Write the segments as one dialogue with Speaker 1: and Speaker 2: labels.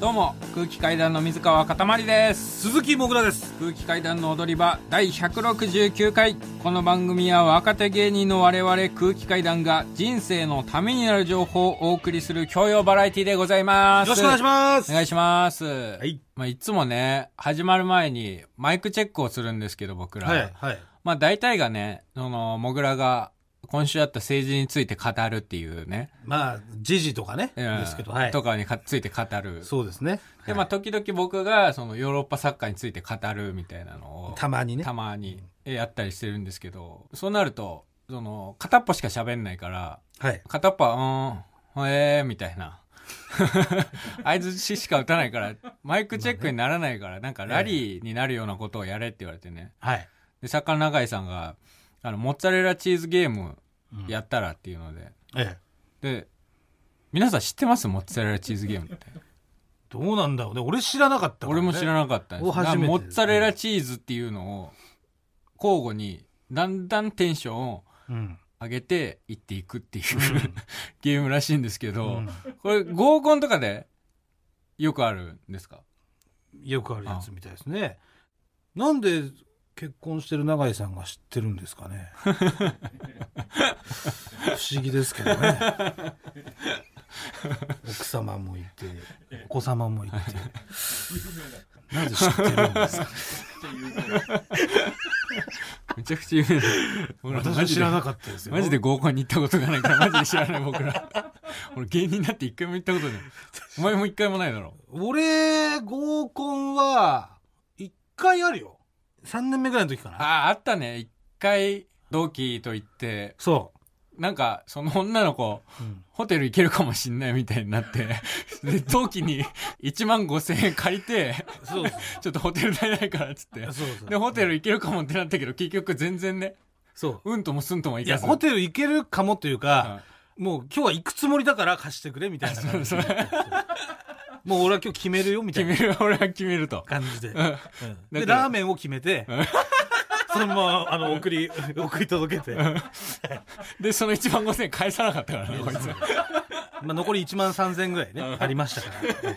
Speaker 1: どうも空気階段の水川かたまりです
Speaker 2: 鈴木もぐらです
Speaker 1: 空気階段の踊り場第169回この番組は若手芸人の我々空気階段が人生のためになる情報をお送りする教養バラエティでございま
Speaker 2: よ
Speaker 1: す
Speaker 2: ろしくお願いします。
Speaker 1: お願いします。はいまあ、いつもね、始まる前にマイクチェックをするんですけど、僕ら。
Speaker 2: はいはい
Speaker 1: まあ、大体がね、その、モグラが今週あった政治について語るっていうね。
Speaker 2: まあ時事とかね、
Speaker 1: うん
Speaker 2: ですけどはい
Speaker 1: とかにかついて語る。
Speaker 2: そうですね
Speaker 1: で、まあ、時々僕が、その、ヨーロッパサッカーについて語るみたいなのを、
Speaker 2: たまにね
Speaker 1: たまにえやったりしてるんですけど、そうなると、その、片っぽしか喋んないから、
Speaker 2: はい
Speaker 1: 片っぽは、うーん、えー、みたいな。 合図ししか打たないから、マイクチェックにならないから、なんかラリーになるようなことをやれって言われてね。
Speaker 2: はい
Speaker 1: で、作家の永井さんが、あの、モッツァレラチーズゲームやったらっていうので。
Speaker 2: ええ
Speaker 1: で、皆さん知ってますモッツァレラチーズゲームって。
Speaker 2: どうなんだろうね俺知らなかったからね
Speaker 1: 俺も知らなかったんです
Speaker 2: お初めてです
Speaker 1: モッツァレラチーズっていうのを、交互に、だんだんテンションを
Speaker 2: うん
Speaker 1: 上げていっていくっていう、
Speaker 2: ん
Speaker 1: ゲームらしいんですけど、
Speaker 2: うん
Speaker 1: これ合コンとかでよくあるんですか
Speaker 2: よくあるやつみたいですねなんで結婚してる永井さんが知ってるんです かね不思議ですけどね奥様もいてお子様もいてなぜ知ってるんですか
Speaker 1: めちゃくちゃ有名な 俺ら
Speaker 2: 私
Speaker 1: マ
Speaker 2: は
Speaker 1: ジ
Speaker 2: 知
Speaker 1: で
Speaker 2: らなかったですよ
Speaker 1: マジで合コンに行ったことがないからマジで知らない僕ら俺芸人になって一回も行ったことないお前も一回もないだろ
Speaker 2: 俺合コンは一回あるよ3年目ぐらいの時かな
Speaker 1: あああったね一回同期と言って
Speaker 2: そ
Speaker 1: なんかその女の子
Speaker 2: う、
Speaker 1: ホテル行けるかもしんないみたいになってで同期に1万5千円借りて
Speaker 2: そうそう
Speaker 1: ちょっとホテル代ないからっつって
Speaker 2: そうそう
Speaker 1: でホテル行けるかもってなったけど結局全然ね
Speaker 2: そ
Speaker 1: うんともすんとも
Speaker 2: う
Speaker 1: 行
Speaker 2: い
Speaker 1: か
Speaker 2: や
Speaker 1: ず
Speaker 2: ホテル行けるかもというか、
Speaker 1: うん
Speaker 2: もう今日は行くつもりだから貸してくれみたいな感じ
Speaker 1: そう
Speaker 2: で
Speaker 1: そう
Speaker 2: もう俺は今日決めるよみた
Speaker 1: 決
Speaker 2: い
Speaker 1: める
Speaker 2: な
Speaker 1: 俺は決めると
Speaker 2: 感じで、
Speaker 1: うん
Speaker 2: うん
Speaker 1: だって
Speaker 2: でラーメンを決めて、
Speaker 1: うん
Speaker 2: そのままあの送り送り届けて、ま
Speaker 1: でその1万5000円返さなかったからねこいつ
Speaker 2: あ、残り1万3000円ぐらいね、
Speaker 1: うん
Speaker 2: ありましたから、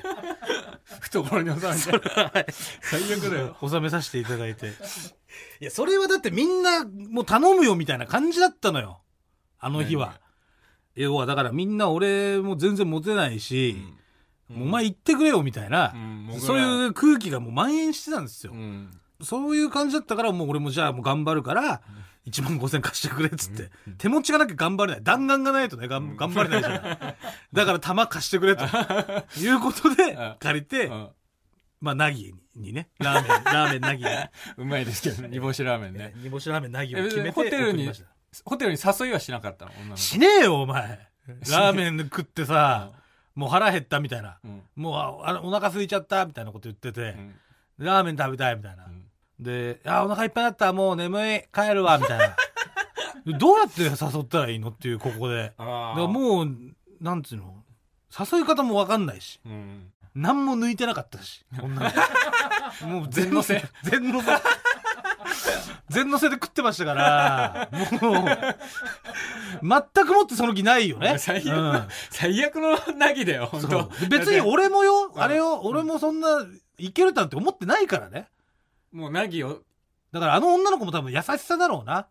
Speaker 1: 懐に収めて最悪だよ
Speaker 2: 収めさせていただいて。いや、それはだってみんな、もう頼むよみたいな感じだったのよ。あの
Speaker 1: 何
Speaker 2: 日は。要はだからみんな俺も全然モテないし、もうお前言ってくれよみたいな、そう
Speaker 1: う
Speaker 2: いう空気がもう蔓延してたんですよ。
Speaker 1: ん
Speaker 2: そういう感じだったからもう俺もじゃあもう頑張るから、1万5000貸してくれっつって、手持ちがなきゃ頑張れない。弾丸がないとね、がん
Speaker 1: うん
Speaker 2: 頑張れないじゃない。だから弾貸してくれと。いうことで
Speaker 1: うん、
Speaker 2: 借りて、
Speaker 1: うん
Speaker 2: まあ、なぎにね、ラーメン、 ラーメンなぎに。
Speaker 1: うまいですけどね煮干しラーメンね
Speaker 2: 煮干しラーメンなぎを
Speaker 1: え
Speaker 2: 決めて
Speaker 1: ホテルに
Speaker 2: 送りました
Speaker 1: ホテルに誘いはしなかったの女の子
Speaker 2: しねえよお前ラーメン食ってさもう腹減ったみたいな
Speaker 1: うん
Speaker 2: もうああお腹空いちゃったみたいなこと言って
Speaker 1: う
Speaker 2: て、
Speaker 1: ん
Speaker 2: ラーメン食べたいみたいな、
Speaker 1: ん
Speaker 2: で「あお腹いっぱいだったもう眠い帰るわ」みたいな どうやって誘ったらいいのっていうここでだ
Speaker 1: あ
Speaker 2: からもうなんつうの誘い方も分かんないし
Speaker 1: ううん
Speaker 2: 何も抜いてなかったし女の子もう
Speaker 1: 全のせ
Speaker 2: 全のせ全のせで食ってましたからもう全くもってその気ないよ ね
Speaker 1: 最悪
Speaker 2: う
Speaker 1: の
Speaker 2: ん
Speaker 1: 最悪のなぎだよ本
Speaker 2: そう
Speaker 1: 当
Speaker 2: 別に俺もよ
Speaker 1: うん
Speaker 2: あれを俺もそんないけるなんて思ってないからね
Speaker 1: もうなぎを
Speaker 2: だからあの女の子も多分優しさだろうな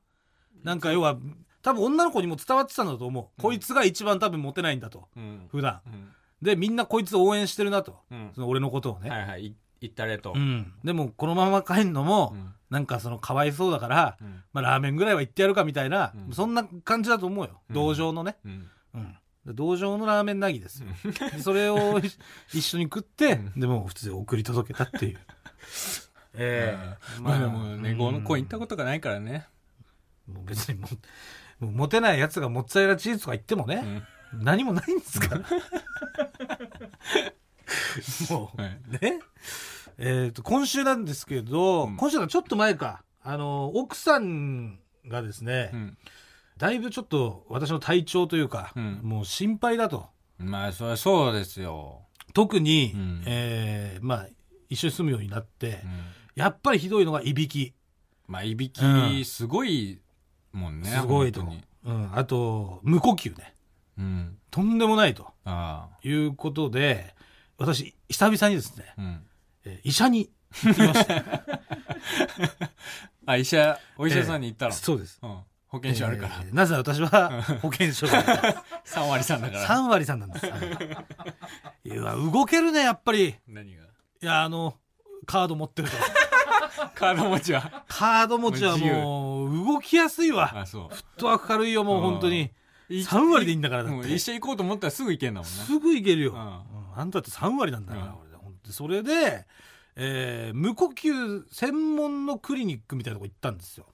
Speaker 2: なんか要は多分女の子にも伝わってたんだと思う、
Speaker 1: うん
Speaker 2: こいつが一番多分モテないんだと
Speaker 1: うん
Speaker 2: 普段
Speaker 1: うん
Speaker 2: でみんなこいつ応援してるなと
Speaker 1: うん
Speaker 2: その俺のことをね、
Speaker 1: はいはいい行ったれと
Speaker 2: うん、でもこのまま帰んのも、
Speaker 1: うん
Speaker 2: なんかそのかわいそうだから、
Speaker 1: うん
Speaker 2: まあ、ラーメンぐらいは行ってやるかみたいな、
Speaker 1: うん
Speaker 2: そんな感じだと思うよ、
Speaker 1: うん
Speaker 2: 同情のね、
Speaker 1: うん
Speaker 2: うん、同情のラーメンなぎですよ、でそれをい一緒に食って、
Speaker 1: う
Speaker 2: でもう普通に送り届けたっていうええ
Speaker 1: まあでもね合コン行った
Speaker 2: こ
Speaker 1: ことがないからね
Speaker 2: ともう別にもうもうモテないやつがモッツァレラチーズとか言っても
Speaker 1: う
Speaker 2: ね、
Speaker 1: ん
Speaker 2: 何もないんで すからもう、
Speaker 1: はい
Speaker 2: ねえーと今週なんですけど、
Speaker 1: うん
Speaker 2: 今週はちょっと前かあの奥さんがですね、
Speaker 1: うん
Speaker 2: だいぶちょっと私の体調というか、
Speaker 1: うん
Speaker 2: もう心配だと
Speaker 1: まあそりゃそうですよ
Speaker 2: 特に、
Speaker 1: うん
Speaker 2: えーまあ一緒に住むようになって、
Speaker 1: うん
Speaker 2: やっぱりひどいのがいびき
Speaker 1: まあいび
Speaker 2: う
Speaker 1: きすごいもんね
Speaker 2: すごいと、
Speaker 1: 本当に
Speaker 2: うん、あと無呼吸ね
Speaker 1: うん
Speaker 2: とんでもないと
Speaker 1: ああ
Speaker 2: いうことで私、久々にですね、
Speaker 1: うん。
Speaker 2: えー医者に行ってきました。
Speaker 1: あ、医者、お医者さんに行ったら。
Speaker 2: そうです。
Speaker 1: うん。保険証あるから。
Speaker 2: えーなぜなら私は保険証が
Speaker 1: 3割さんだから。
Speaker 2: 3割さんなんです。いや、動けるね、やっぱり。い
Speaker 1: 何 が
Speaker 2: や、あの、カード持ってる と。
Speaker 1: カード持ちは。
Speaker 2: カード持ちはもう、動きやすいわ。
Speaker 1: あ、そう。
Speaker 2: フットワーク軽いよ、もう本当に。
Speaker 1: い
Speaker 2: 3割でいいんだから、だ
Speaker 1: も
Speaker 2: っ
Speaker 1: う
Speaker 2: て。
Speaker 1: 一緒行こうと思ったらすぐ行けんだもんな。
Speaker 2: すぐいけるよ。
Speaker 1: う
Speaker 2: うんんあんただって3割なんだか
Speaker 1: うん
Speaker 2: ら、俺ほんとそれで、えー無呼吸専門のクリニックみたいなとこ行ったんですよ。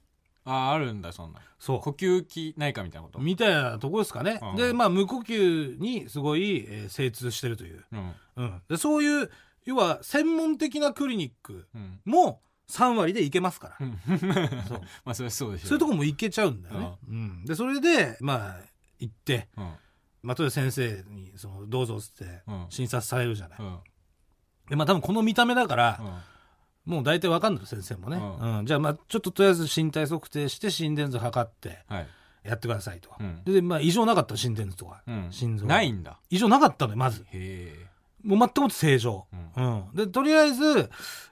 Speaker 1: あ、あるんだ、そんな。
Speaker 2: そう
Speaker 1: 呼。吸器内科みたいなこと。
Speaker 2: みたいなとこですかね。
Speaker 1: うん
Speaker 2: で、まあ、無呼吸にすごい、えー精通してるという。
Speaker 1: うん。
Speaker 2: うん。で、そういう、要は、専門的なクリニック
Speaker 1: うん。
Speaker 2: も3割で行けますから。そう。
Speaker 1: まあ、それはそうでしょ。
Speaker 2: そういうとこも行けちゃうんだよね。うん。で、それで、まあ、行って、
Speaker 1: うん。
Speaker 2: まあ、とりあえず先生に、その、どうぞっつって
Speaker 1: うん、
Speaker 2: 診察されるじゃない。
Speaker 1: うん。うん。
Speaker 2: で、まあ、多分この見た目だから、
Speaker 1: うん
Speaker 2: もう大体わかんのよ先生もね。
Speaker 1: う
Speaker 2: うん。じゃあ、まあ、ちょっととりあえず身体測定して、心電図測って、
Speaker 1: はい。
Speaker 2: やってくださいと。
Speaker 1: うん
Speaker 2: で、まあ、異常なかったら心電図とか。
Speaker 1: うん。
Speaker 2: 心臓
Speaker 1: ないんだ。
Speaker 2: 異常なかったのよ、まず。
Speaker 1: へえ。
Speaker 2: もう全くもって正常。
Speaker 1: う
Speaker 2: うん。で、とりあえず、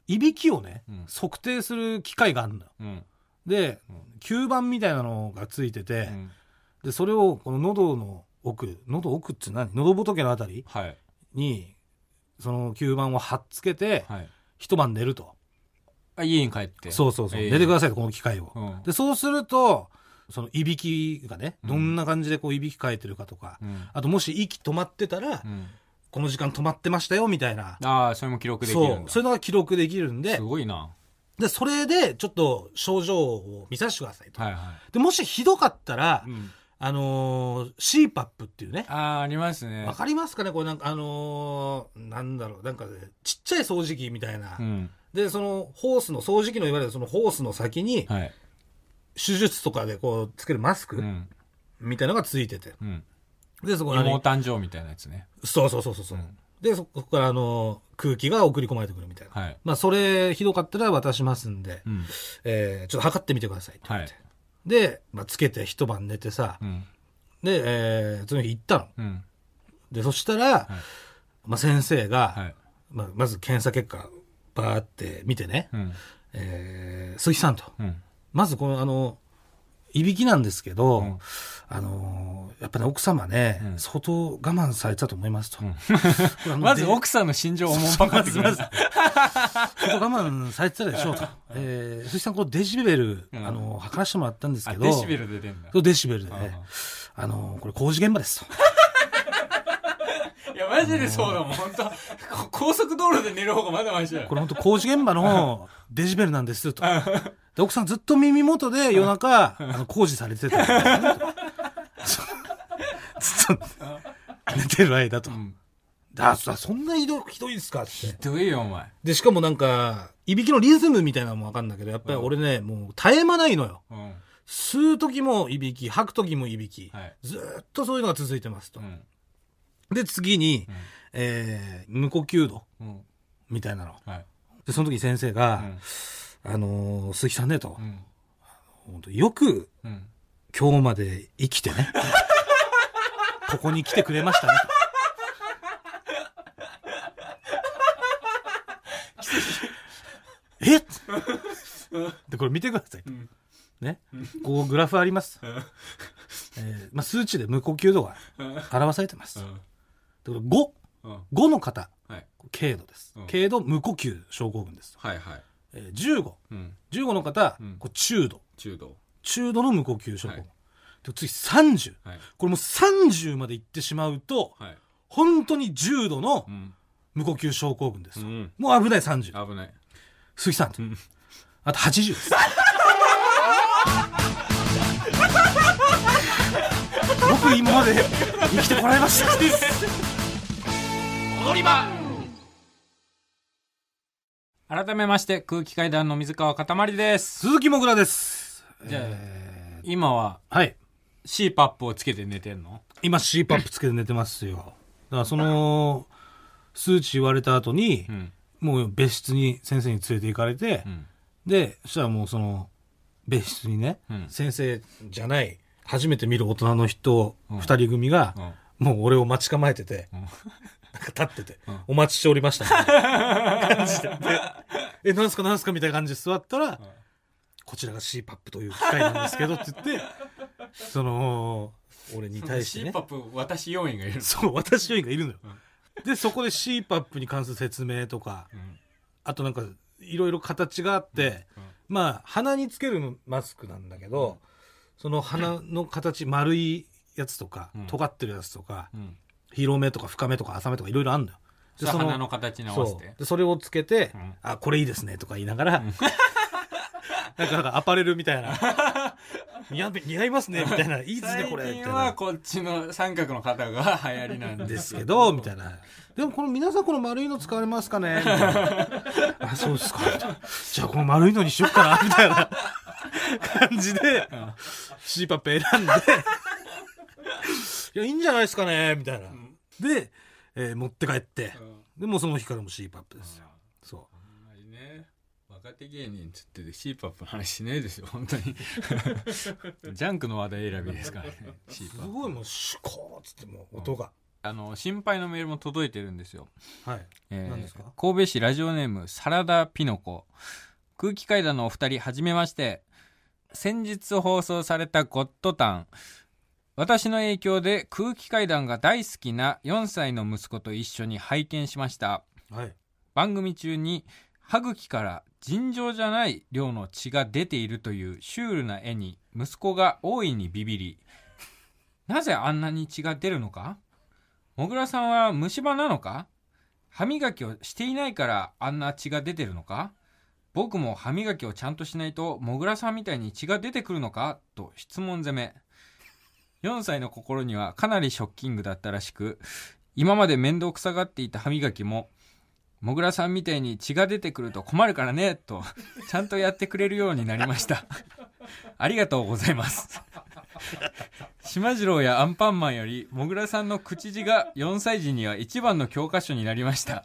Speaker 2: いびきをね、
Speaker 1: うん
Speaker 2: 測定する機械があるのよ。
Speaker 1: うん。
Speaker 2: で、
Speaker 1: うん
Speaker 2: 吸盤みたいなのがついてて、
Speaker 1: うん
Speaker 2: で、それをこの喉の奥、喉奥って何喉仏のあたり
Speaker 1: はい。
Speaker 2: に、その吸盤を貼っつけて、
Speaker 1: はい。
Speaker 2: 一晩寝ると。
Speaker 1: あ、家に帰って。
Speaker 2: そうそうそう。
Speaker 1: ええ
Speaker 2: 寝てくださいと、この機械を。
Speaker 1: うん
Speaker 2: で、そうすると、そのいびきがね、
Speaker 1: うん
Speaker 2: どんな感じでこういびきかいてるかとか、
Speaker 1: うん。
Speaker 2: あともし息止まってたら、
Speaker 1: うん。
Speaker 2: この時間止まってましたよ、みたいな。
Speaker 1: ああ、それも記録できる
Speaker 2: そ
Speaker 1: ん
Speaker 2: う。
Speaker 1: だ。、
Speaker 2: そういうのが記録できるんです
Speaker 1: ごいな。
Speaker 2: で、それで、ちょっと症状を見させてくださいと。
Speaker 1: はいは
Speaker 2: で、もしひどかったら
Speaker 1: い。、うん。
Speaker 2: あのー、CPAP っていうね。
Speaker 1: ああ、ありますね。
Speaker 2: わかりますかねこれなんか、あのーなんだろう、なんかね、ちっちゃい掃除機みたいな。
Speaker 1: うん。
Speaker 2: で、その、ホースの、掃除機のいわゆるそのホースの先に、
Speaker 1: はい。
Speaker 2: 手術とかでこう、つけるマスク
Speaker 1: うん。
Speaker 2: みたいなのがついてて。
Speaker 1: うん。
Speaker 2: で、そこに、
Speaker 1: 妹誕生みたいなやつね。
Speaker 2: そうそうそうそうそう。
Speaker 1: うん
Speaker 2: で、そこから、あのー空気が送り込まれてくるみたいな。
Speaker 1: はい。
Speaker 2: まあ、それ、ひどかったら渡しますんで、
Speaker 1: うん。
Speaker 2: えーちょっと測ってみてくださいって言って。
Speaker 1: は
Speaker 2: で、まあ、つけて一晩寝てさ、
Speaker 1: うん。
Speaker 2: で、えー、その日行ったの。
Speaker 1: うん。
Speaker 2: で、そしたら、まあ、先生が、
Speaker 1: はい。
Speaker 2: まあ、まず検査結果、バーって見てね、
Speaker 1: うん。
Speaker 2: えー、鈴木さんと。
Speaker 1: うん。
Speaker 2: まずこの、あの、いびきなんですけど、
Speaker 1: うん
Speaker 2: あのーやっぱね、奥様ね、
Speaker 1: うん
Speaker 2: 相当我慢されてたと思いますと。
Speaker 1: ん
Speaker 2: これあの
Speaker 1: まず
Speaker 2: で
Speaker 1: 奥さんの心情をおもんぱかってくる
Speaker 2: まずま相当我慢されてたでしょうと。えー、鈴木さん、このデシベル、
Speaker 1: うん
Speaker 2: あのー測らせてもらったんです
Speaker 1: あ
Speaker 2: けど、
Speaker 1: デシベルで出るんだ
Speaker 2: そうデシベルで
Speaker 1: あ
Speaker 2: ね、あのーこれ工事現場ですと。
Speaker 1: いやマジでそうだもん本当こ高速道路で寝る方がまだマシだよ
Speaker 2: これ本当工事現場のデジベルなんですと。で奥さんずっと耳元で夜中、あの工事されてた。 ずっと寝てる間と。
Speaker 1: ん
Speaker 2: あ、そそんなひどひどいですかって。
Speaker 1: ひどいよお前
Speaker 2: で、しかもなんか、いびきのリズムみたいなのもわかんだけど、やっぱり俺ね、もう絶え間ないのよ。
Speaker 1: うん
Speaker 2: 吸う時もいびき、吐く時もいびき。
Speaker 1: はい
Speaker 2: ずーっとそういうのが続いてますと
Speaker 1: う。ん
Speaker 2: で、次に、えー、無呼吸度
Speaker 1: うん
Speaker 2: みたいなの。
Speaker 1: はい
Speaker 2: で、その時に先生
Speaker 1: う
Speaker 2: が、
Speaker 1: ん
Speaker 2: あのー鈴木さんねと。
Speaker 1: うん
Speaker 2: 本当よく
Speaker 1: うん
Speaker 2: 今日まで生きて ね。ここに来てくれましたね。 えっで、これ見てください。
Speaker 1: ん
Speaker 2: ね。こうグラフあります。えーまあ、数値で無呼吸度が
Speaker 1: うん
Speaker 2: 表されてます。でこれ5、
Speaker 1: うん
Speaker 2: 5の方、
Speaker 1: はい
Speaker 2: 軽度です
Speaker 1: うん。
Speaker 2: 軽度無呼吸症候群です。
Speaker 1: はいはい
Speaker 2: えー15、
Speaker 1: うん
Speaker 2: 15の方
Speaker 1: うん、
Speaker 2: こう中度。
Speaker 1: 中道
Speaker 2: 中度の無呼吸症候群。
Speaker 1: はい
Speaker 2: で次30。
Speaker 1: はい
Speaker 2: これもう30まで行ってしまうと、
Speaker 1: はい
Speaker 2: 本当に重度の
Speaker 1: うん
Speaker 2: 無呼吸症候群です。
Speaker 1: うん
Speaker 2: もう危ない30。
Speaker 1: 危ない
Speaker 2: 鈴木さんと。あと80です。僕今まで生きてこられました。
Speaker 1: 踊り場改めまして空気階段の水川かたまりです
Speaker 2: 鈴木もぐらです。
Speaker 1: じゃあ
Speaker 2: え
Speaker 1: 今は
Speaker 2: ーはい。
Speaker 1: CPAP をつけて寝てんの
Speaker 2: 今 CPAP つけて寝てますよ。だからその、数値言われた後に、
Speaker 1: ん
Speaker 2: もう別室に先生に連れて行かれて、
Speaker 1: うん
Speaker 2: でそしたらもうその別室にね、
Speaker 1: うん
Speaker 2: 先生じゃない初めて見る大人の人
Speaker 1: うん
Speaker 2: 二人組が
Speaker 1: う、ん
Speaker 2: もう俺を待ち構えてて、なんか立ってて、
Speaker 1: うん
Speaker 2: お待ちしておりましたみたい な感じで。でえ、なんすかなんすかみたいな感じで座ったら、こちらが CPAP という機械なんですけどって言って、その、俺に対してね。
Speaker 1: CPAP 私要員がいる
Speaker 2: そう、私よりがいるのよ。で、そこで CPAP に関する説明とか、
Speaker 1: うん
Speaker 2: あとなんか、いろいろ形があって、
Speaker 1: うん
Speaker 2: まあ、鼻につけるのマスクなんだけど、その鼻の形、丸いやつとか
Speaker 1: うん、
Speaker 2: 尖ってるやつとか、
Speaker 1: うん
Speaker 2: 広めとか深めとか浅めとかいろいろあんのよ。
Speaker 1: それ鼻の形に合わせ
Speaker 2: そう
Speaker 1: て
Speaker 2: でそれをつけて、
Speaker 1: うん
Speaker 2: あ、これいいですねとか言いながら、なんかなんかアパレルみたいな、 似合う似合いますねみたいな、いいですねこれ
Speaker 1: 最
Speaker 2: みたい
Speaker 1: 近
Speaker 2: な
Speaker 1: は。こっちの三角の肩が流行りなん
Speaker 2: で
Speaker 1: です
Speaker 2: すけ ど、みたいな。でもこの皆さんこの丸いの使われますかねみたいなあ、そうですか。みたいなじゃあこの丸いのにしよっ かなみたいな感じで、シーパップ選んで、いや、いいんじゃないですかねみたいな。で、えー持って帰って、
Speaker 1: うん
Speaker 2: でもうその日からもシーパップですよ。そ
Speaker 1: あんまりね若手芸人つってで CPAP の話しないですよ本当 にジャンクの話題選びですからね
Speaker 2: う。す
Speaker 1: CPAP
Speaker 2: ごいもう、シュコーっつってもう音が。
Speaker 1: あの心配のメールも届いてるんですよ、
Speaker 2: はい。
Speaker 1: えー
Speaker 2: 何ですか
Speaker 1: 神戸市ラジオネームサラダピノコ空気階段のお二人はじめまして先日放送された「ゴッドタン」私の影響で空気階段が大好きな4歳の息子と一緒に拝見しました
Speaker 2: はい。
Speaker 1: 番組中に歯茎から尋常じゃない量の血が出ているというシュールな絵に息子が大いにビビりなぜあんなに血が出るのかもぐらさんは虫歯なのか歯磨きをしていないからあんな血が出てるのか僕も歯磨きをちゃんとしないともぐらさんみたいに血が出てくるのかと質問攻め4歳の心にはかなりショッキングだったらしく今まで面倒くさがっていた歯磨きももぐらさんみたいに血が出てくると困るからね、と、ちゃんとやってくれるようになりました。ありがとうございます。島次郎やアンパンマンより、もぐらさんの口字が4歳児には一番の教科書になりました。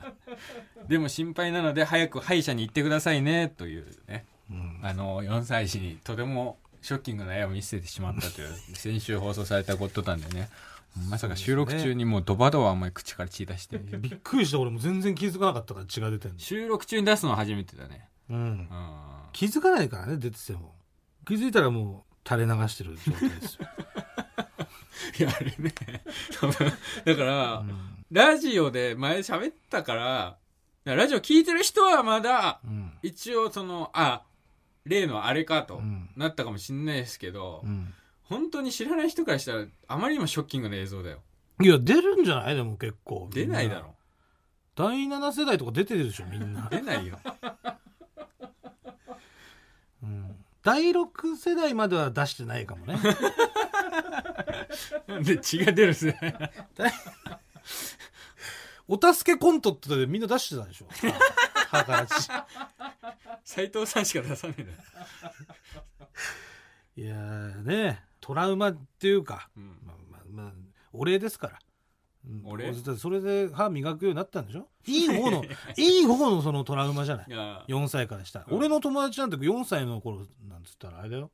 Speaker 1: でも心配なので早く歯医者に行ってくださいね、というね。
Speaker 2: うん
Speaker 1: あの、4歳児にとてもショッキングな絵を見せてしまったという、先週放送されたことなんでね。まさか収録中にもうドバドバお前口から血出して。
Speaker 2: びっくりした俺も全然気づかなかったから血が出てんの。
Speaker 1: 収録中に出すの初めてだね。
Speaker 2: うん
Speaker 1: う。ん
Speaker 2: 気づかないからね出てても気づいたらもう垂れ流してる状態ですよ、
Speaker 1: いや、あれね。多分だから、
Speaker 2: うん
Speaker 1: ラジオで前喋ったから、ラジオ聞いてる人はまだ、
Speaker 2: うん
Speaker 1: 一応その、あ、例のあれかと、
Speaker 2: うん
Speaker 1: なったかもしんないですけど、
Speaker 2: うん
Speaker 1: 本当に知らない人からしたら、あまりにもショッキングな映像だよ。
Speaker 2: いや出るんじゃないでも結構
Speaker 1: 出ないだろ。
Speaker 2: みんな第7世代とか出てるでしょみ んな、
Speaker 1: 出ないよ。
Speaker 2: うん、第6世代までは出してないかもね
Speaker 1: なんで血が出るっすね。
Speaker 2: お助けコントってみんな出してた でしょ歯から血
Speaker 1: 斎藤さんしか出さないだろ。
Speaker 2: いやーねトラウマっていうか
Speaker 1: うん
Speaker 2: まあまあまあお礼ですから、うん
Speaker 1: お礼
Speaker 2: それで歯磨くようになったんでし ょいい方のいい方のそのトラウマじゃない
Speaker 1: いや、
Speaker 2: 4歳からしたら、
Speaker 1: うん
Speaker 2: 俺の友達なんて4歳の頃なんつったらあれだよ、
Speaker 1: うん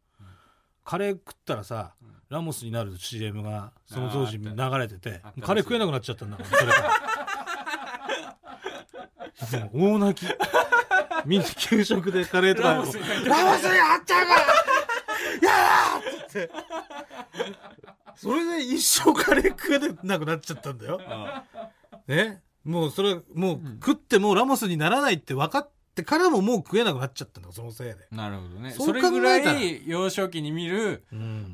Speaker 2: カレー食ったらさ、
Speaker 1: うん
Speaker 2: ラモスになる CM がその当時流れてて
Speaker 1: あった
Speaker 2: カレー食えなくなっちゃったんだからそれから もう大泣きみんな給食でカレーとか
Speaker 1: ラモスに入って
Speaker 2: ラモスにあっちゃうからやだーっつってそれで一生カレー食えなくなっちゃったんだよ
Speaker 1: あ
Speaker 2: ね、もうそれもう食ってもうラモスにならないって分かってからももう食えなくなっちゃったんだそのせいで、
Speaker 1: なるほどね。
Speaker 2: そう
Speaker 1: それぐら
Speaker 2: 考えたら
Speaker 1: い幼少期に見る、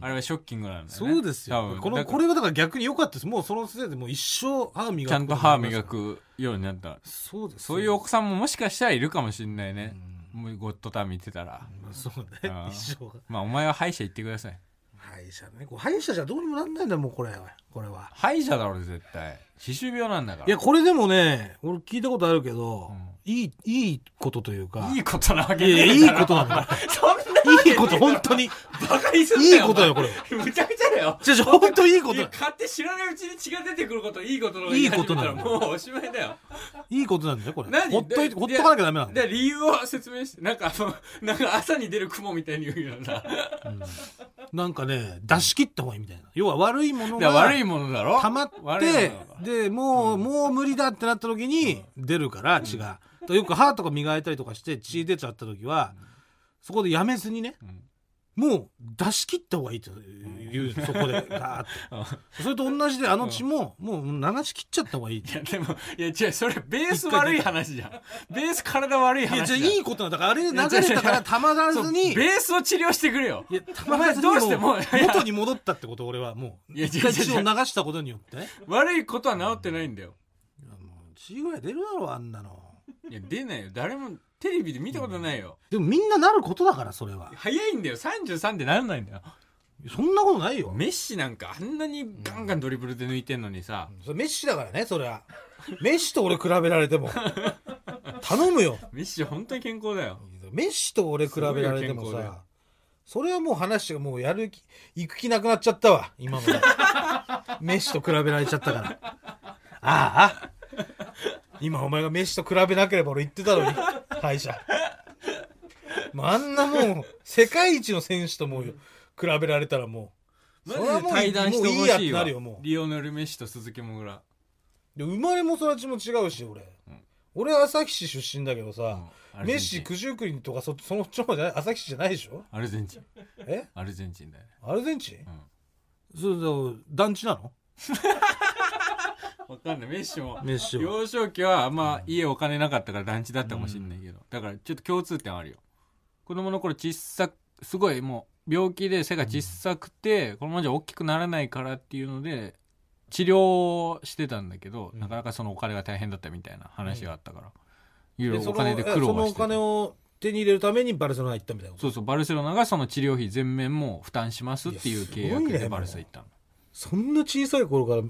Speaker 1: あ
Speaker 2: あ
Speaker 1: れはショッキングなんだよね。
Speaker 2: そうです
Speaker 1: 多
Speaker 2: よ
Speaker 1: 分
Speaker 2: この
Speaker 1: だから
Speaker 2: これがだから逆に良かったですもうそのせいでもう一生歯磨く
Speaker 1: ちゃんと歯磨くようになった。
Speaker 2: そうですよ
Speaker 1: そういうお子さんももしかしたらいるかもしれないうね。
Speaker 2: ん
Speaker 1: もうゴッドタン見てたら。
Speaker 2: まあそう
Speaker 1: あ
Speaker 2: ね
Speaker 1: あ
Speaker 2: 一生
Speaker 1: まあお前は歯医者行ってください。
Speaker 2: 歯医者ねこう歯医者じゃどうにもなんないんだよもうこれこれは
Speaker 1: 歯医者だろ、絶対。歯周病なんだから。
Speaker 2: いやこれでもね俺聞いたことあるけど、
Speaker 1: うん
Speaker 2: いいいいことというか
Speaker 1: いいことなわけ
Speaker 2: いやい
Speaker 1: ね
Speaker 2: や
Speaker 1: え
Speaker 2: いい
Speaker 1: だろ
Speaker 2: ことなのよ
Speaker 1: そんない
Speaker 2: いこと本当にい
Speaker 1: バカにすんなよ。
Speaker 2: いことだよこれ
Speaker 1: お前むちゃくちゃだよ。
Speaker 2: じゃじゃ本当にいいこと
Speaker 1: い
Speaker 2: だよ
Speaker 1: や勝手知らないうちに血が出てくることいいことの方が言い始めたら
Speaker 2: いいことな
Speaker 1: も
Speaker 2: の
Speaker 1: うおしまいだよ。
Speaker 2: いいことなんだよ、これ。
Speaker 1: 何
Speaker 2: ほっといて、
Speaker 1: で
Speaker 2: ほっとかなきゃダメなんだ
Speaker 1: で
Speaker 2: よ。
Speaker 1: 理由を説明して、なんかあの、なんか朝に出る雲みたいに言うような。
Speaker 2: なんかね、出し切った方がいいみたいな。要は悪いもの
Speaker 1: いや
Speaker 2: が
Speaker 1: 悪いものだろ
Speaker 2: 溜まっ
Speaker 1: 悪い
Speaker 2: て
Speaker 1: ものだ、
Speaker 2: で、も
Speaker 1: う
Speaker 2: う、
Speaker 1: ん
Speaker 2: もう無理だってなった時に出るから血が。だからよく歯とか磨いたりとかして血出ちゃった時は、そこでやめずにね、
Speaker 1: うん
Speaker 2: もう出し切った方がいいと言う、そこで、ガーっ
Speaker 1: うん
Speaker 2: て。それと同じであの血も、もう流し切っちゃった方がいい。
Speaker 1: いやでもいや違うそれベース悪い話じゃんベース体悪い
Speaker 2: いや、
Speaker 1: 話
Speaker 2: じ
Speaker 1: じ
Speaker 2: ゃ
Speaker 1: ゃ
Speaker 2: あ
Speaker 1: ん
Speaker 2: いいことなんだから、あれで流れたからたまら
Speaker 1: そう
Speaker 2: ずに、
Speaker 1: ベースを治療してくれよ
Speaker 2: いや、たまらずに
Speaker 1: お前どうしてもう
Speaker 2: 元に戻ったってこと、俺はもう。
Speaker 1: いや違う
Speaker 2: 一回
Speaker 1: 違う違う
Speaker 2: 血を流したことによって。いや
Speaker 1: 悪いことは治ってないんだよ
Speaker 2: もう血ぐらい出るだろう、あんなの。
Speaker 1: いや出ないよ誰もテレビで見たことないよ、
Speaker 2: でもみんななることだから、それは。
Speaker 1: 早いんだよ33でならないんだよ
Speaker 2: そんなことないよ。
Speaker 1: メッシなんかあんなにガンガンドリブルで抜いてんのにさ、
Speaker 2: それメッシだからね、それ は。メッシと俺比べられても。頼むよ。
Speaker 1: メッシ本当に健康だよ
Speaker 2: メッシと俺比べられても
Speaker 1: すごいよ健康だよ
Speaker 2: さ。それはもう話がもうやる気、行く気なくなっちゃったわ、 今ので。メッシと比べられちゃったから。ああ。今お前がメッシと比べなければ俺言ってたのに、歯医者。もうあんなもう、世界一の選手ともう比べられたらもう、
Speaker 1: マ
Speaker 2: それは
Speaker 1: ジで対談して
Speaker 2: もう
Speaker 1: ほ
Speaker 2: いいや
Speaker 1: し
Speaker 2: っ
Speaker 1: てい
Speaker 2: な
Speaker 1: わ
Speaker 2: るよ、もう。
Speaker 1: リオネル・メッシと鈴木もぐら、
Speaker 2: で生まれも育ちも違うし俺、
Speaker 1: うん
Speaker 2: 俺旭市出身だけど
Speaker 1: う
Speaker 2: さ
Speaker 1: ん、アル
Speaker 2: メ
Speaker 1: ゼン
Speaker 2: ッ
Speaker 1: チ
Speaker 2: シ
Speaker 1: ン
Speaker 2: 九十九里とかそそのちょじゃない旭市じゃないでしょ
Speaker 1: アルゼンチン
Speaker 2: え
Speaker 1: アルゼンチンだよね
Speaker 2: アルゼンチン、そうそう団地なの
Speaker 1: わかんないメッシも
Speaker 2: メッシは
Speaker 1: 幼少期はあんま家お金なかったから団地だったかもしれないけど、だからちょっと共通点あるよ子供の頃小さくすごいもう病気で背が小さくて、このままじゃ大きくならないからっていうので治療をしてたんだけど、
Speaker 2: うん
Speaker 1: なかなかそのお金が大変だったみたいな話があったから、い
Speaker 2: で
Speaker 1: ろい
Speaker 2: そ
Speaker 1: ろ
Speaker 2: の
Speaker 1: お金で苦労
Speaker 2: その
Speaker 1: は
Speaker 2: お
Speaker 1: してた
Speaker 2: 金を手に入れるためにバルセロナ行ったみたいなこと
Speaker 1: そうそうバルセロナがその治療費全面もう負担しますっていう契
Speaker 2: いやすご
Speaker 1: 約
Speaker 2: いね
Speaker 1: でバルセ行ったの、
Speaker 2: そんな小さい頃から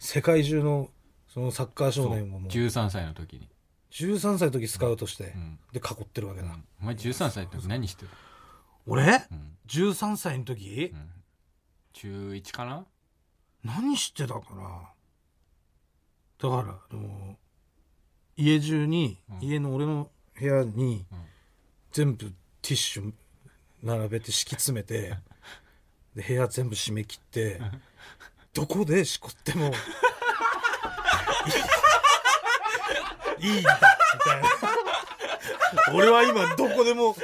Speaker 2: 世界中のそのサッカー
Speaker 1: そう
Speaker 2: 少年をもう
Speaker 1: 13歳の時に、
Speaker 2: 13歳の時スカウトして、
Speaker 1: うん
Speaker 2: で囲ってるわけだ、
Speaker 1: お前13歳の時何してる、
Speaker 2: 俺
Speaker 1: うん
Speaker 2: 13歳の時
Speaker 1: う、ん中1かな
Speaker 2: 何してたかなだからあの家中に、
Speaker 1: うん
Speaker 2: 家の俺の部屋に、
Speaker 1: うん
Speaker 2: 全部ティッシュ並べて敷き詰めて で部屋全部締め切 ってどこでしこっても いいいいんだみたいな俺は今どこでも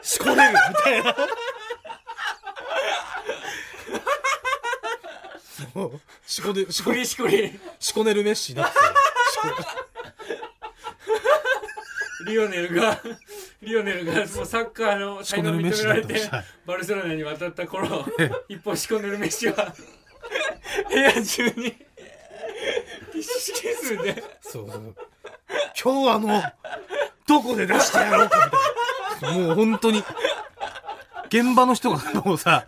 Speaker 2: しこれるみた いなもうしこでしこ
Speaker 1: りしこり
Speaker 2: しこねるメッシになって
Speaker 1: リオネルがリオネルがもうサッカーの才能を認められてバルセロナに渡った頃一方しこねるメッシは部屋中にティッシュケースで
Speaker 2: そうそう。今日はもう、どこで出してやろうかみたいな。もう本当に、現場の人がもうさ、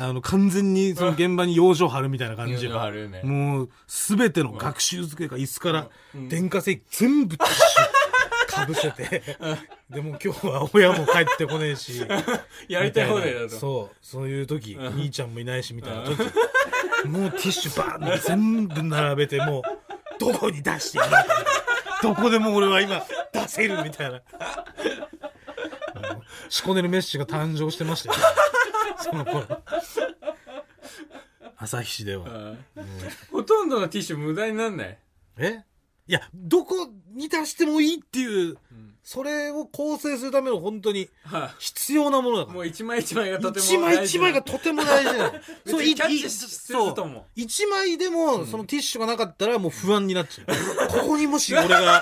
Speaker 2: あの、完全にその現場に養生張るみたいな感じよ
Speaker 1: あるよね
Speaker 2: もう、すべての学習机が椅子から、
Speaker 1: うん
Speaker 2: 電化製品全部ティッシュかぶせて、でもう今日は親も帰ってこねえし、
Speaker 1: やりたい放題
Speaker 2: み
Speaker 1: だ
Speaker 2: たいな
Speaker 1: と
Speaker 2: そうそういう時兄ちゃんもいないしみたいな時もうティッシュバーンって全部並べてもうどこに出してやろうかみたいなどこでも俺は今出せるみたいなあのシコネルメッシが誕生してましたよその頃旭市では
Speaker 1: うんほとんどのティッシュ無駄になんない
Speaker 2: えいやどこに出してもいいっていう
Speaker 1: うん
Speaker 2: それを構成するための本当に
Speaker 1: は
Speaker 2: 必要なものだか
Speaker 1: い
Speaker 2: ら
Speaker 1: もう一枚一枚がとても
Speaker 2: 一枚一枚が
Speaker 1: 大事。
Speaker 2: とても大事なの
Speaker 1: 別にキャッチするとも
Speaker 2: 一枚でも、そのティッシュがなかったらもう不安になっちゃう。ここにもし俺が、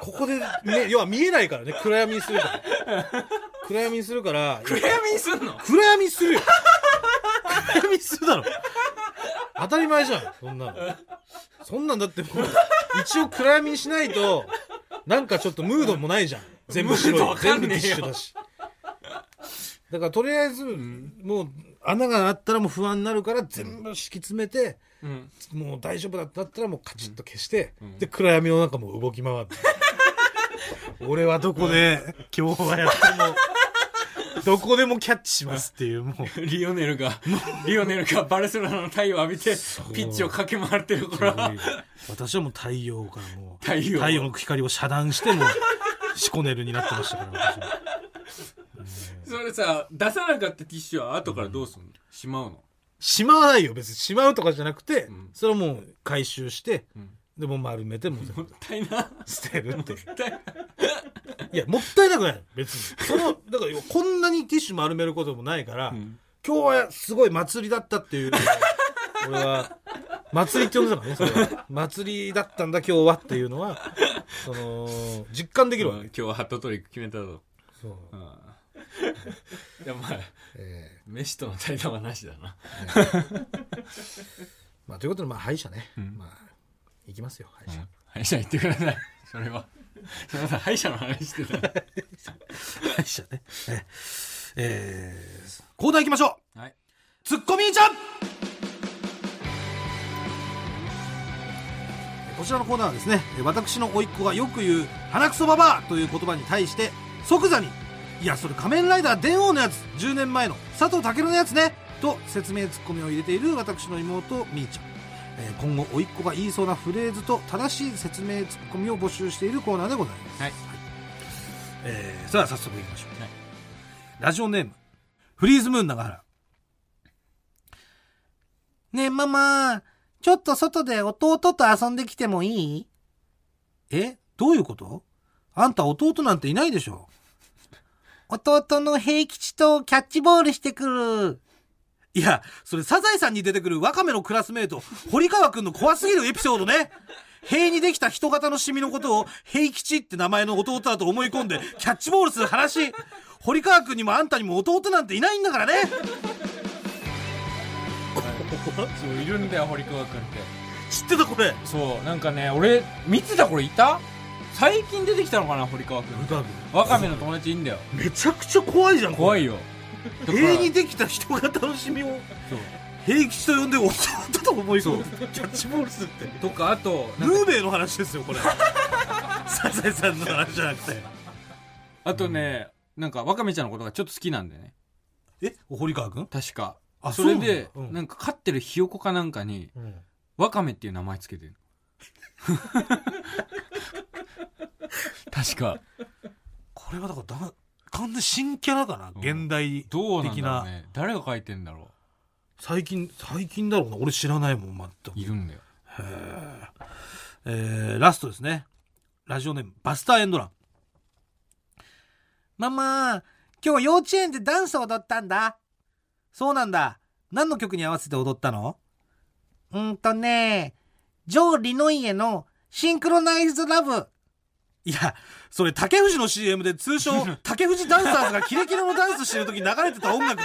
Speaker 2: ここで、ね、要は見えないからね、暗闇にするから。暗闇にするから、
Speaker 1: な暗闇にすんの
Speaker 2: 暗闇にするよ暗闇にするだろ。当たり前じゃん、そんなの。そんなんだってもう、一応暗闇にしないと、なんかちょっとムードもないじゃん。全部白
Speaker 1: ムードわ
Speaker 2: い。
Speaker 1: か
Speaker 2: 全
Speaker 1: ん
Speaker 2: 部テ
Speaker 1: ね
Speaker 2: ィ
Speaker 1: え
Speaker 2: ッ
Speaker 1: よ
Speaker 2: シュだし。だからとりあえず、もう穴があったらもう不安になるから全部敷き詰めて、
Speaker 1: うん
Speaker 2: もう大丈夫だったらもうカチッと消して、
Speaker 1: ん
Speaker 2: で暗闇の中も動き回って 俺はどこで今日はやってもどこでもキャッチしますっていうも う
Speaker 1: リオネルが、リオネルがバルセロナの太陽を浴びて、ピッチを駆け回ってる頃は、
Speaker 2: 私はもう太陽からもう
Speaker 1: 太陽
Speaker 2: の光を遮断してもうシコネルになってましたから私は
Speaker 1: それさ出さなかったティッシュは後からどうすんの、しまうの
Speaker 2: しまわないよ別にしまうとかじゃなくて、
Speaker 1: うん
Speaker 2: それはもう回収して、
Speaker 1: うん
Speaker 2: でもう丸めてもう全
Speaker 1: も
Speaker 2: 部
Speaker 1: ったいな
Speaker 2: 捨てるって いう
Speaker 1: ったいない
Speaker 2: やもったいなくない別にそのだからこんなにティッシュ丸めることもないから、
Speaker 1: うん
Speaker 2: 今日はすごい祭りだったっていう俺は祭りって呼んでたからねそれは祭りだったんだ今日はっていうのはその実感できるわ
Speaker 1: うん
Speaker 2: け、
Speaker 1: 今日はハットトリック決めたぞ、
Speaker 2: そう
Speaker 1: うん、いやまあ
Speaker 2: え
Speaker 1: 飯との対談はなしだな
Speaker 2: ーまあ、ということでまあ歯医者ね、
Speaker 1: ん
Speaker 2: まあ行きますよ歯医者、
Speaker 1: 歯医者行ってくださいそれはすいません歯医者の話してた
Speaker 2: 歯医者ねえーえー、コーナー行きましょう
Speaker 1: はい
Speaker 2: ツッコミーちゃんこちらのコーナーはですね私の甥っ子がよく言う「鼻くそばばあ」という言葉に対して即座に「いやそれ仮面ライダー電王のやつ10年前の佐藤健のやつね」と説明ツッコミを入れている私の妹みーちゃんえー今後甥っ子が言いそうなフレーズと正しい説明ツッコミを募集しているコーナーでございます、
Speaker 1: はい
Speaker 2: えーそれでは早速いきましょう、
Speaker 1: はい
Speaker 2: ラジオネームフリーズムーン長原ねえママちょっと外で弟と遊んできてもいいえどういうことあんた弟なんていないでしょ弟の平吉とキャッチボールしてくるいや、それサザエさんに出てくるワカメのクラスメート、堀川くんの怖すぎるエピソードね。塀にできた人型のシミのことを、平吉って名前の弟だと思い込んで、キャッチボールする話。堀川くんにもあんたにも弟なんていないんだからね。
Speaker 1: そういるんだよ堀川君って
Speaker 2: 知ってたこれ。
Speaker 1: そうなんかね俺見てたこれいた最近出てきたのかな堀川君
Speaker 2: 堀川く
Speaker 1: ワカメの友達いいんだよ
Speaker 2: ん。めちゃくちゃ怖いじゃん。
Speaker 1: 怖い
Speaker 2: よ。
Speaker 1: よだから
Speaker 2: 塀にできた人型のシミを、
Speaker 1: そう
Speaker 2: 平吉と呼んで弟と思い込んで、キャッチボールするって。
Speaker 1: とかあとなんか
Speaker 2: ルーベイの話ですよ、これ。 サザエさんの話じゃなくて。
Speaker 1: あとねなんかワカメちゃんのことがちょっと好きなんだよね
Speaker 2: え堀川くん
Speaker 1: 確か
Speaker 2: あ
Speaker 1: それで
Speaker 2: そうなんだうん
Speaker 1: なんか飼ってるひよこかなんかに
Speaker 2: うん
Speaker 1: ワカメっていう名前つけてる 確か
Speaker 2: これはだからだ完全に新キャラかな、現代
Speaker 1: どうなんだ
Speaker 2: 的
Speaker 1: ろう
Speaker 2: な
Speaker 1: ね誰が書いてんだろ
Speaker 2: 最近最近だろうな俺知らないもん全
Speaker 1: う
Speaker 2: く
Speaker 1: いるんだよ
Speaker 2: へーえーラストですねラジオネームバスターエンドランママ今日幼稚園でダンス踊ったんだそうなんだ何の曲に合わせて踊ったのうんとねジョー・リノイエのシンクロナイズ・ラブいやそれ竹藤の CM で通称竹藤ダンサーズがキレキレのダンスしてる時に流れてた音楽ね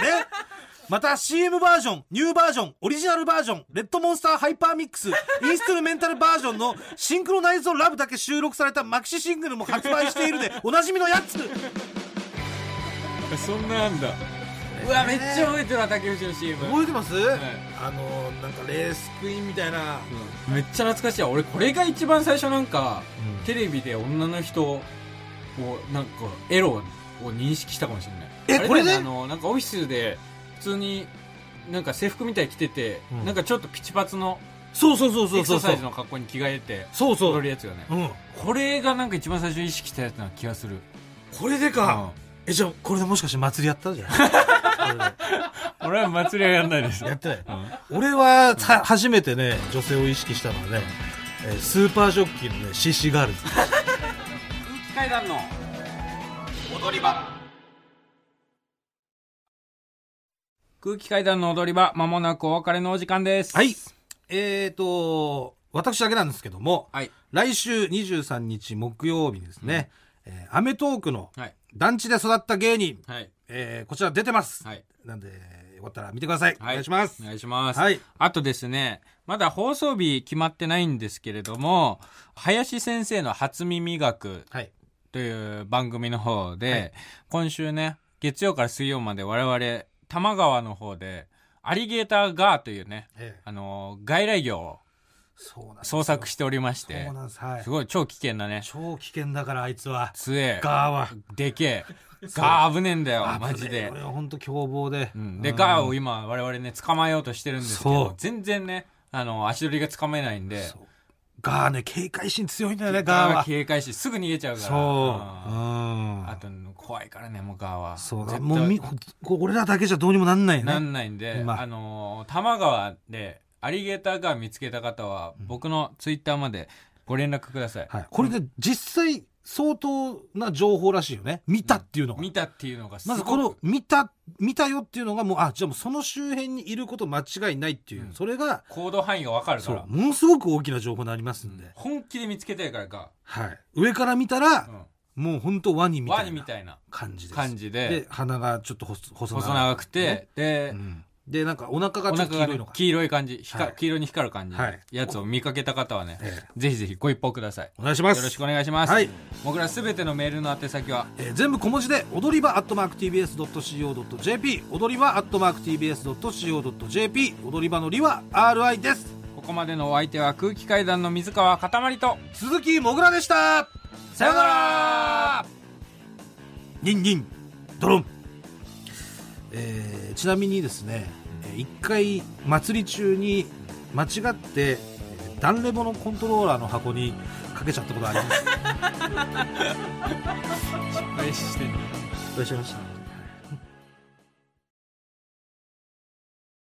Speaker 2: また CM バージョンニューバージョンオリジナルバージョンレッドモンスターハイパーミッ クスインストゥルメンタルバージョンのシンクロナイズ・ラブだけ収録されたマキシシングルも発売しているでおなじみのやつ
Speaker 1: そんなんだうわめっちゃ覚えてるわ竹内の CM
Speaker 2: 覚えてます、
Speaker 1: い
Speaker 2: あのなんかレースクイーンみたい
Speaker 1: う
Speaker 2: な、
Speaker 1: んめっちゃ懐かしいわ俺これが一番最初なんかテレビで女の人をなんかエロを認識したかもしれない
Speaker 2: え
Speaker 1: あだよ
Speaker 2: これね
Speaker 1: あのなんかオフィスで普通になんか制服みたいに着てて、
Speaker 2: うん
Speaker 1: なんかちょっとピチパツの
Speaker 2: そうそうそうそ
Speaker 1: エ
Speaker 2: う
Speaker 1: ク
Speaker 2: そ
Speaker 1: ササ
Speaker 2: うそ
Speaker 1: イ
Speaker 2: う
Speaker 1: ズの格好に着替えて
Speaker 2: そう
Speaker 1: 踊
Speaker 2: そう
Speaker 1: るやつよね
Speaker 2: うん
Speaker 1: これがなんか一番最初意識したやつな気がする
Speaker 2: これでか、えじゃあこれでもしかして祭りやったじゃん
Speaker 1: うん俺は祭りはやんない です
Speaker 2: やってない
Speaker 1: うん
Speaker 2: 俺はさ初めてね女性を意識したのはね、えースーパージョッキーのね CC ガールズ
Speaker 1: 空気階段の踊り場空気階段の踊り場まもなくお別れのお時間です
Speaker 2: はいえーと私だけなんですけども
Speaker 1: はい
Speaker 2: 来週23日木曜日にですね、えーアメトークの
Speaker 1: はい
Speaker 2: 団地で育った芸人、
Speaker 1: はい
Speaker 2: えーこちら出てます、
Speaker 1: はい
Speaker 2: なんでよかったら見てください、
Speaker 1: はい
Speaker 2: お願いします
Speaker 1: お願いします、
Speaker 2: はい
Speaker 1: あとですねまだ放送日決まってないんですけれども林先生の初耳学
Speaker 2: はい
Speaker 1: という番組の方で、
Speaker 2: はい
Speaker 1: 今週ね月曜から水曜まで我々多摩川の方でアリゲーターガーというね
Speaker 2: ええ
Speaker 1: あの外来魚を
Speaker 2: そうなんですよ
Speaker 1: 捜索しておりまして
Speaker 2: そうなんですはい
Speaker 1: すごい超危険なね。
Speaker 2: 超危険だからあいつは
Speaker 1: 強え。
Speaker 2: ガーは
Speaker 1: でけえ。ガー危ねえんだよ、マジで
Speaker 2: こ。れは本当凶暴で、
Speaker 1: うん、で、
Speaker 2: うん
Speaker 1: ガーを今、我々ね、捕まえようとしてるんですけ
Speaker 2: そ
Speaker 1: ど
Speaker 2: う、
Speaker 1: 全然ね、あの、足取りが捕まえないんで
Speaker 2: そう、ガーね警戒心強いんだよねガー
Speaker 1: ガーは
Speaker 2: は
Speaker 1: 警戒しすぐ逃げちゃうから
Speaker 2: そう
Speaker 1: うん
Speaker 2: うん
Speaker 1: あと怖いからねもうガーは
Speaker 2: そう
Speaker 1: 絶対
Speaker 2: もうみこ俺らだけじゃどうにもなんないよ
Speaker 1: な
Speaker 2: ね
Speaker 1: んないんで、
Speaker 2: まあ
Speaker 1: あのー多摩川でアリゲーターが見つけた方は、僕のツイッターまでご連絡ください、
Speaker 2: はい、これね実際相当な情報らしいよね見たっていうのが、
Speaker 1: 見たっていうのがすご
Speaker 2: ま
Speaker 1: く
Speaker 2: ずこの見た見たよっていうのがもうあじゃあもうその周辺にいること間違いないってい
Speaker 1: う
Speaker 2: う、
Speaker 1: ん
Speaker 2: それが
Speaker 1: 行動範囲が分かるか
Speaker 2: そ
Speaker 1: ら
Speaker 2: うものすごく大きな情報になりますんで、
Speaker 1: 本気で見つけたいからが、
Speaker 2: はい、上から見たら
Speaker 1: う、ん
Speaker 2: もう本当ワニみ
Speaker 1: ワ
Speaker 2: た
Speaker 1: ニ
Speaker 2: い
Speaker 1: み
Speaker 2: な
Speaker 1: たいな
Speaker 2: 感じです
Speaker 1: 感じ
Speaker 2: で
Speaker 1: で
Speaker 2: 鼻がちょっと細細
Speaker 1: 細長くて、
Speaker 2: ね
Speaker 1: で、
Speaker 2: うんでなんかお腹が
Speaker 1: お
Speaker 2: ちょ
Speaker 1: 腹が
Speaker 2: っと黄色い
Speaker 1: ね
Speaker 2: のか、
Speaker 1: 黄色い感じ、光
Speaker 2: はい
Speaker 1: 黄色に光る感じの
Speaker 2: はい
Speaker 1: やつを見かけた方はね、
Speaker 2: ええ
Speaker 1: ぜひぜひご一報ください
Speaker 2: お願いします
Speaker 1: よろしくお願いします、
Speaker 2: はい
Speaker 1: 僕らすべてのメールの宛先は
Speaker 2: えー全部小文字で踊り場アットマーク TBS.CO.JP 踊り場アットマーク TBS.CO.JP 踊り場のりは RI です
Speaker 1: ここまでのお相手は空気階段の水川かたまりと
Speaker 2: 鈴木もぐらでした
Speaker 1: さよなら
Speaker 2: ニンニンドロン、えーちなみにですね、えー一回祭り中に間違ってえーダンレボのコントローラーの箱にかけちゃ ったことがあります
Speaker 1: 失敗してんだ
Speaker 2: いらっしゃいました